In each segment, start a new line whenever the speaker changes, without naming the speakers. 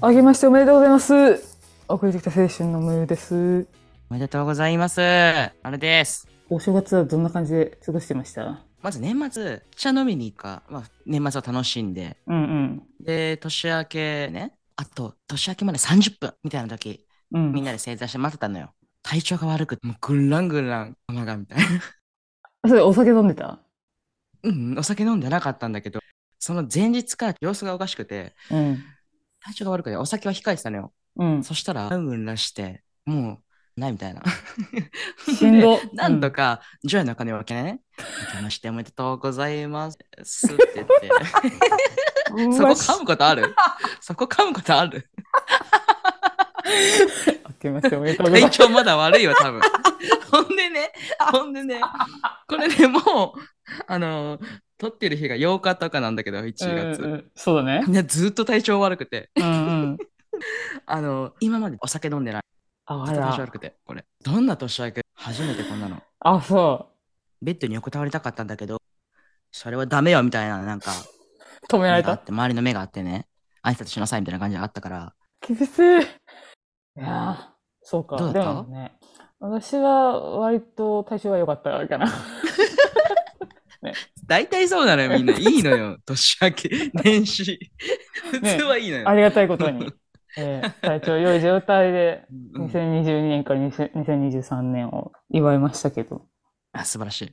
あげましておめでとうございます。遅れてきた青春のムーです。
おめでとうございます。あれです。
お正月はどんな感じで過ごしてました
まず年末、茶飲みに行くか、まあ、年末は楽しんで、
うん
で、年明けね、あと、年明けまで30分みたいな時、
うん。うん。
みんなで正座して待ってたのよ。体調が悪くて、もうぐんらんぐんらん、マがみたいな。
それお酒飲んでた
うん、お酒飲んでなかったんだけど、その前日から様子がおかしくて、
うん。
体調が悪くて、お酒は控えてたのよ。
うん。
そしたら、ぐんぐんらんして、もう、ないみたいな。
しんど。
なんとか、ジョイの金を分けね。明けましておめでとうございます。すって 言って。
うん。
そこ噛むこと あるそこ噛むことある
あけましておめでとうござい
体
ます。
調まだ悪いよ、多分。ほんでね、ほんでね、これね、もう、あの、撮ってる日が8日とかなんだけど、1 月。
うんうんそうだね。
ね、ずっと体調悪くて、
うんうん。
あの、今までお酒飲んでない。
あ
ずっと体調
ら
悪。くて、これ。どんな年明け初めてこんなの。
あ、そ
ベッドに横たわりたかったんだけど、それはダメよ、みたいな、なんか。
う。止めら
目
れ
があ
た
って周りの目があってね挨拶しなさいみたいな感じがあったから
厳しい。いやーそうか。
どう
で
だった
もね、私は割と体調が良かった かな。
大体そう なのよみんないいのよ年明 け年始普
ね
通はいいのよ、
ありがたいことに。えー体調良い状態で
うんうん
2022年から20 2023年を祝いましたけど、
あ素晴らしい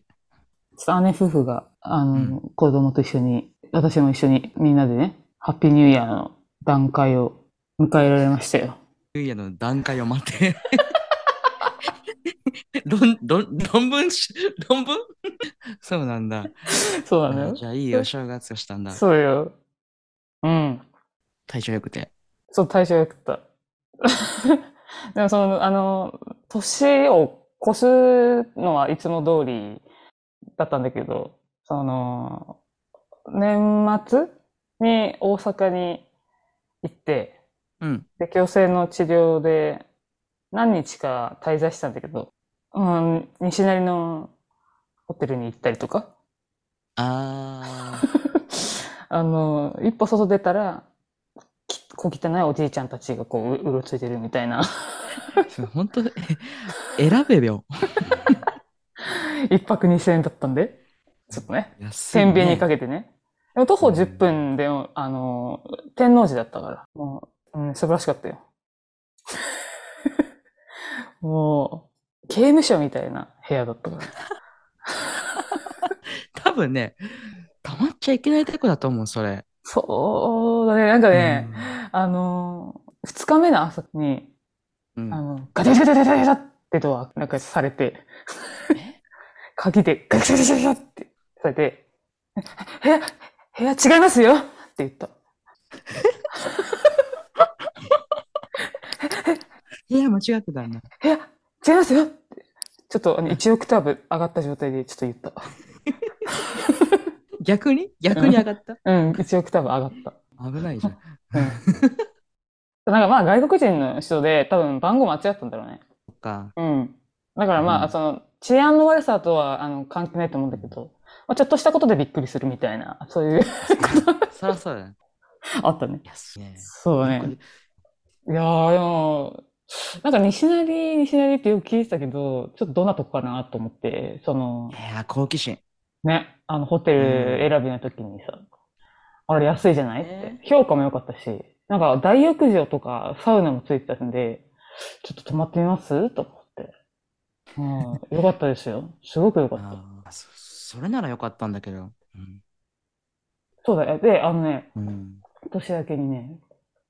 ちょっと姉夫婦が、あの、
うん
子供と一緒に、私も一緒にみんなでね、ハッピーニューイヤーの段階を迎えられましたよ。
ゆいやの段階を待って 論論論文し論文 そうなんだ、
そうだ
あ
ね
じ。ゃあいいお正月をしたんだ
そうよ。うん。
体調良くて
そう、体調良かった。 でもその、あの、年を越すのはいつも通りだったんだけど、その、年末に大阪に行って、
うん
で、矯正の治療で何日か滞在したんだけど、うん、西成のホテルに行ったりとか、
あ
あの、一歩外出たら、き小汚いおじいちゃんたちがこう、ううろついてるみたいな。
ー本当 え選べよ
一泊二千円だったんで、ちょっとね、
安い
天
ね
秤にかけてね。でも徒歩10分で、あの、天王寺だったから、もう、うん、素晴らしかったよ。 もう、刑務所みたいな部屋だったから。
多分ねたまっちゃいけないとこだと思うそれ
そうだね、なんかね、
うん
あの、二日目の朝に、
うん
あの、ガタガタガタガタガタってドア、なんかされて、 鍵でガチャガチャガチャってされて、部屋、 部屋違いますよって言った。
部屋間違ってたんだ。
部屋、違いますよって。ちょっと、あの、1オクターブ上がった状態でちょっと言った。
逆に逆に上がった
うん、1オクターブ上がった。
危ないじゃん。
うん。なんかまあ、外国人の人で多分番号間違ったんだろうね。
そっか。
うん。だからまあ、
うん
その、治安の悪さとは、あの、関係ないと思うんだけど、まあ、ちょっとしたことでびっくりするみたいな、そういう こと
そりゃそうだね。
あったね。
安いね。
そうだね。いやー、でも、なんか西成、西成ってよく聞いてたけど、ちょっとどんなとこかなと思って、その
い、やー、好奇心。
ね、あの、ホテル選びの時にさ、あれ安いじゃないっ
ね
て。評価も良かったし、なんか大浴場とかサウナもついてたんで、ちょっと泊まってみますと思って。うん、良かったですよ。すごく良かった。
あーそそれならよかったんだけど。うん
そうだよ。で、あのね、
うん。
年明けにね、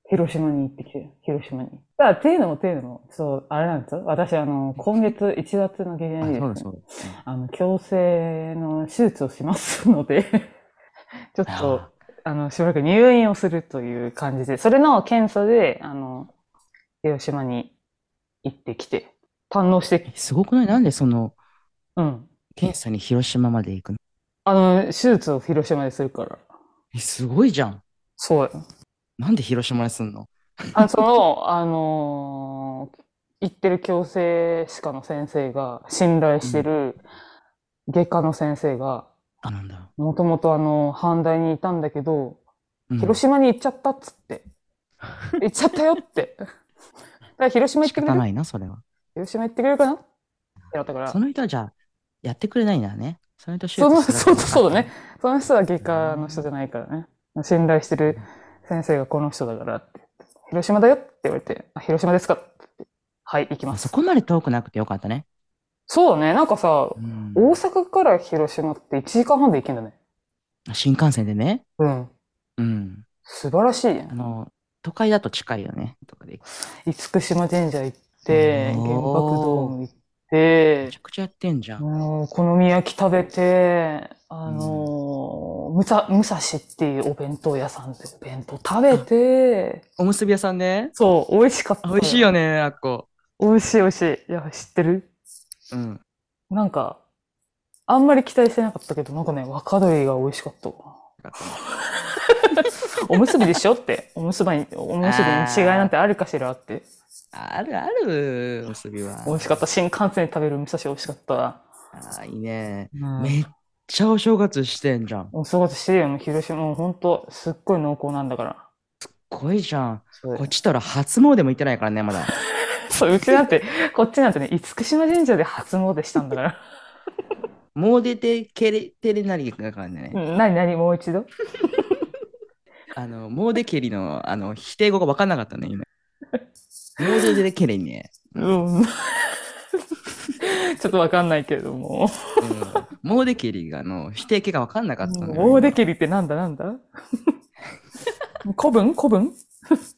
広島に行ってきて、広島に。ただ、っていうのもっていうのも、そう、あれなんですよ。私、あの、今月1月の下旬
あ
にです
そうだ
ね、
そうだ。
あの、矯正の手術をしますので、 ちょっと、
あ
あの、しばらく入院をするという感じで、それの検査で、あの、広島に行ってきて、堪能して
ー、すごくないなんでその
うん。
検査に広島まで行くの
あの、手術を広島でするから。
え、すごいじゃん。
そうよ。
なんで広島にすんの
あその、あのー行ってる矯正歯科の先生が、信頼してる外科の先生が、
あ、なんだ。
もともとあの、阪大にいたんだけど、
うん
広島に行っちゃったっつって。行っちゃったよ って。だから広島行っ
仕
てく
方
れる
ないな、それは。
広島行ってくれるかなってなったから、
そ
そ
の人はじゃあ、やってくれないんだね。その人手
の
術す
そう
るから
そうだ
よ
ね。その人は外科の人じゃないからね。信頼してる先生がこの人だからって。広島だよって言われて、あ広島ですかって言ってはい、行き
かったね。
ま
あそ
す。
こまで遠くなくてよかったね。
そうだね。なんかさ、
うん
大阪から広島って1時間半で行けんだね。
新幹線でね。
うん。
うん。
素晴らしいね
あの、都会だと近いよね。とかで行く
厳島神社行って、
おー
原爆ドーム行って
めち、ゃくちゃやってんじゃ
あ
ん。
のお好み焼き食べて、あのむさ、武蔵っていうお弁当屋さんでお弁当食べて、
おむすび屋さんね。
そう、美味しかった
あ
よ。
美味しいよね、あっこ。
美味しい美味しい。いや、知ってる
うん。
なんか、あんまり期待してなかったけど、なんかね、若鶏が美味しかったわ。おむすびでしょって。おむすびに、おむすびに違いなんてあるかしらって。
あるある、おむすびは。
美味しかった。新幹線で食べる味噌汁美味しかった。
あーいいね。
うん
めっちゃお正月してんじゃん。
お正月してるよね、広島。もうほんと、すっごい濃厚なんだから。
濃いじゃん。
そう
こっちとら初詣も行ってないからね、 まだ。
そう、うちなんて、こっちなんてね、厳島神社で初詣したんだ から。
もう出てけれてれなりだからね。
うん何何もう一度
あの、もうでけりの、あの、否定語が分かんなかったね、 今。もうででけりね。
うん。ちょっとわかんないけれども。
うん、もうでけりが、あの、否定形が分かんなかったのよ
大出切りってなんだなんだ 古文古文
もう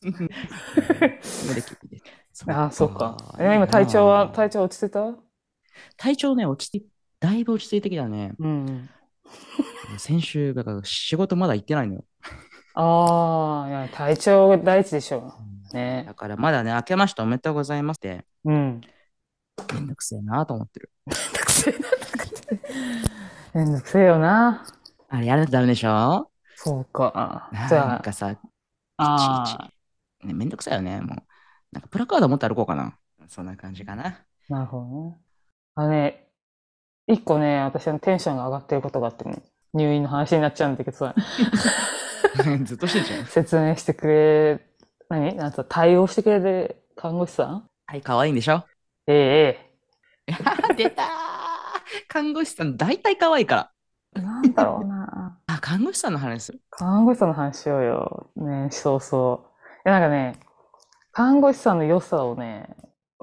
でけりです
ああ、そうか。
いい
え
な
今体調は、体調落ちてた
体調ね、落ち着いだいぶ落ち着いてきたね。
うん。
先週、だから仕事まだ行ってないのよ。
ああ、いや、体調が第一でしょう。ね
だ。からまだね、明けましておめでとうございますって、
うん。
めんどくせえなと思ってる。
めんどくせえな。めんどくせえよな。
あれやらないとダメでしょ
そうか。じ
な
ゃ
んかさ、いち
あ、
い
あ
ち、ね、めんどくさいよね、もう。なんかプラカード持って歩こうかな。そんな感じかな。
あ、なるほどね。あのね、一個ね、私のテンションが上がってることがあってね、入院の話になっちゃうんだけど さ、
ずっとしてんじゃん。
説明してくれ、何なんか対応してくれる看護師さん
はい、可愛いんでしょ
ええ
出たー看護師さん、大体可愛いから。
ええ。なんだろうな。
あ、看護師さんの話する。
看護師さんの話しようよ。ね、そうそう。え、なんかね、看護師さんの良さをね、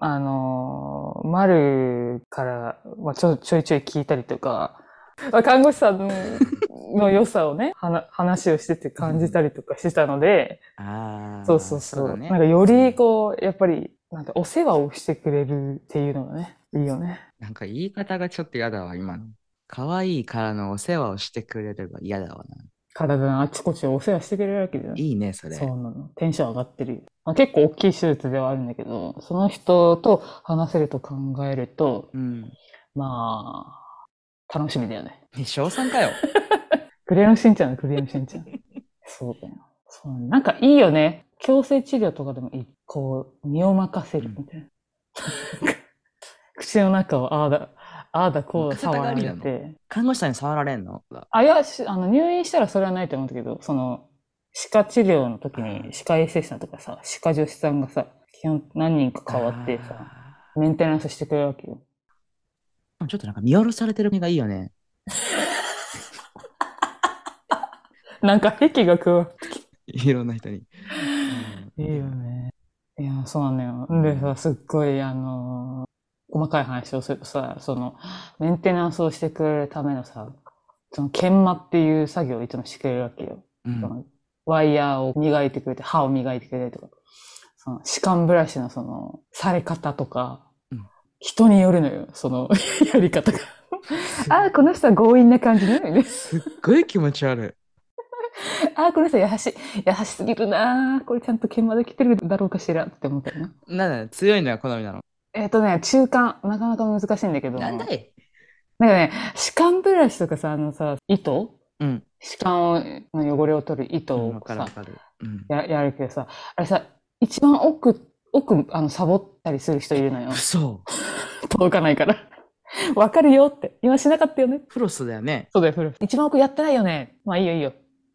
あのー、マルから、まあ、ちょちょいちょい聞いたりとか、まあ看護師さんのの良さをね、は な話をしてて感じたりとかしてたので、
あー
そうそうそう。
だね
なんかよりこう、やっぱり、なんかお世話をしてくれるっていうのがね、いいよね。
なんか言い方がちょっと嫌だわ、今の。可愛いからのお世話をしてくれれば嫌だわな。
体のあちこちをお世話してくれるわけじゃない。
いいね、それ。
そうなの。テンション上がってるよ。まあ、結構大きい手術ではあるんだけど、その人と話せると考えると、
うん。
まあ、楽しみだよね。
ね、賞賛 かよ。
クレヨンしんちゃんのクレヨンしんちゃん。そうだよ。そうなんかいいよね。矯正治療とかでもいい。こう、身を任せるみたいな。 口の中をああだ、ああだこうだ触られ
任せたが
て。
看護師さんに触られんの
あ、いや、しあの、入院したらそれはないと思うんだけど、その、歯科治療の時に歯科衛生士さんとかさ、歯科助手さんがさ、基本何人か変わってさ、
あ
メンテナンスしてくれるわけよ。
ーちょっとなんか見下ろされてる目がいいよね。
なんか癖が加わる。
いろんな人に。
いいよね。いや、そうなのよ。でさ、すっごい、あのー細かい話をするとさ、その、メンテナンスをしてくれるためのさ、その、研磨っていう作業をいつもしてくれるわけよ。
うん。
そのワイヤーを磨いてくれて、歯を磨いてくれたりとか、その歯間ブラシのその、され方とか、
うん
人によるのよ、その、 やり方が。ああ、この人は強引な感じね。みたいな
すっごい気持ち悪
ああ、この人優しい。優しすぎるなーこれちゃんと研磨できてるだろうかしらって思ったよね。
い。なんだ、強いのは好みなの。
えっ、とね、中間、なかなか難しいんだけど、
い
なんかね、歯間ブラシとかさ、あのさ、糸
うん。
歯間をの汚れを取る糸を
わかる
さ
わ、かる。うん。
ややるけどさ、あれさ、一番奥、奥、あの、サボったりする人いるの よ。
嘘。
届かないから。わかるよって。今しなかったよね。
フロスだよね。
そうだよ、フル。一番奥やってないよね。まあいいよいいよ。っ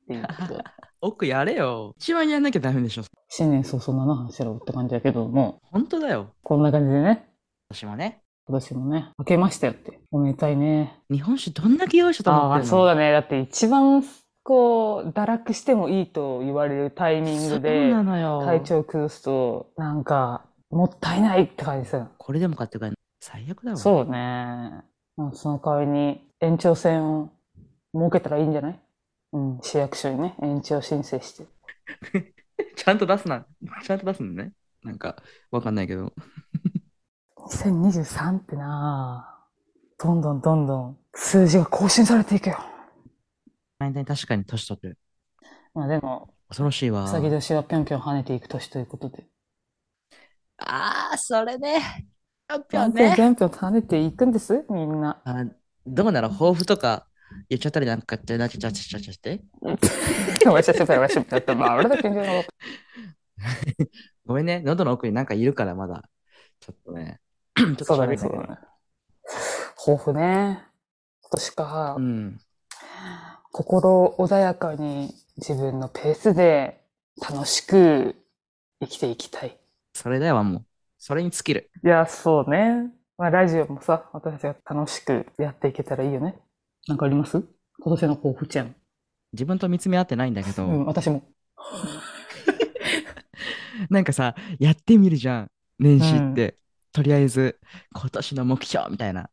ていうこと
奥やれよ。一番やんなきゃダメでしょ。
新年早々七飯しろって感じだけども、
本当だよ。
こんな感じでね、
私もね。
今年もね、明けましたよって。おめでたいね。
日本酒どんだけ用意したと思
あ
っ
あ、
てんの
そうだね。だって一番、こう、堕落してもいいと言われるタイミング
そう
で、
なのよ。
体調崩すと、なんか、もったいないって感じさ。
これでも買ってくれん最悪だわ。
そうね。うんその代わりに、延長戦を設けたらいいんじゃないうん、市役所にね、延長申請して。
ちゃんと出すな。ちゃんと出すのね。なんか、わかんないけど。
2023ってなぁ、どんどんどんどん数字が更新されていくよ。
大体確かに年取ってる。
まあでも、
恐ろしいわ
う。さぎ年はぴょんぴょん跳ねていく年ということで。
ああ、それね。ぴょん
ぴ
ぴょ
ょん
ん
ぴょん
ね
ぴ。ょんぴょん跳ねていくんです、みん な。
あどうなら抱負とか言っちゃったりなんかってなっちゃちゃちゃちゃして。
わしゃしゃわしゃしゃって、 まあ、俺だけの。
ごめんね。喉の奥になんかいるからまだ。ちょっとね。 ちょっと
そうだ
喋れ
ね、
ないけ
そう
ど
だね。抱負ね。今年か
う、ん。
心穏やかに自分のペースで楽しく生きていきたい。
それだよ、もう。それに尽きる。
いや、そうね。まあ、ラジオもさ、私たちが楽しくやっていけたらいいよね。なんかあります今年の抱負ちゃん。
自分と見つめ合ってないんだけ
う
ど、
ん、私も。
なんかさ、やってみるじゃん。年始って。とりあえず、今年の目標みたいな。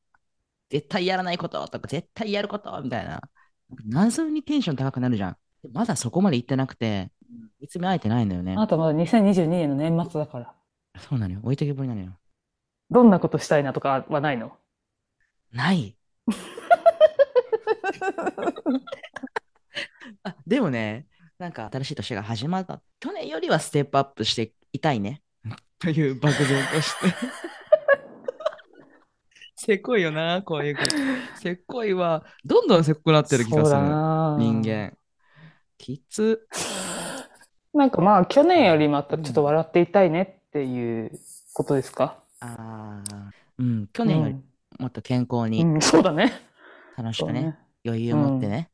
絶対やらないこととか、絶対やることみたいな。謎にテンション高くなるじゃん。でまだそこまで行ってなくて、見つめ合えてないんだよね
あ。なたまだ2022年の年末だから。
そうなのよ。置いてけぼりなのよ。
どんなことしたいなとかはないの
ない。あでもね、なんか新しい年が始まった。去年よりはステップアップしていたいね。 という漠然として。 せこいよな、こういうこと。せこいは、どんどんせこくなってる気が
そう
する
だ。な
人。間。きつ。
なんかまあ、去年よりまたちょっと笑っていたいねっていうことですか
ああ。うん、去年よりもっと健康
う
に、
ん、うんそうだね。
楽し
そう
くね、
ね。
余裕持ってね、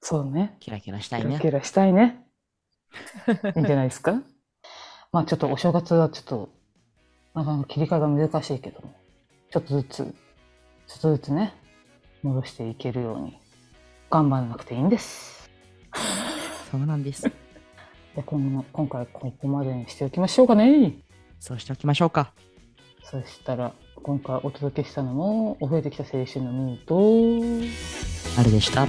そうね。
キラキラした
キ
い
ラ
ね。
キラしたいね。いいんじゃないです かまあちょっとお正月はちょっと、なかなか切り替えが難しいけども、ちょっとずつ、ちょっとずつね、戻していけるように、頑張らなくていいんです。
そうなんです。
で今後今回はここまでにしておきましょうかね。
そうしておきましょうか。
そしたら、今回お届けしたのも、お増えてきた青春のミーと、
あれでした。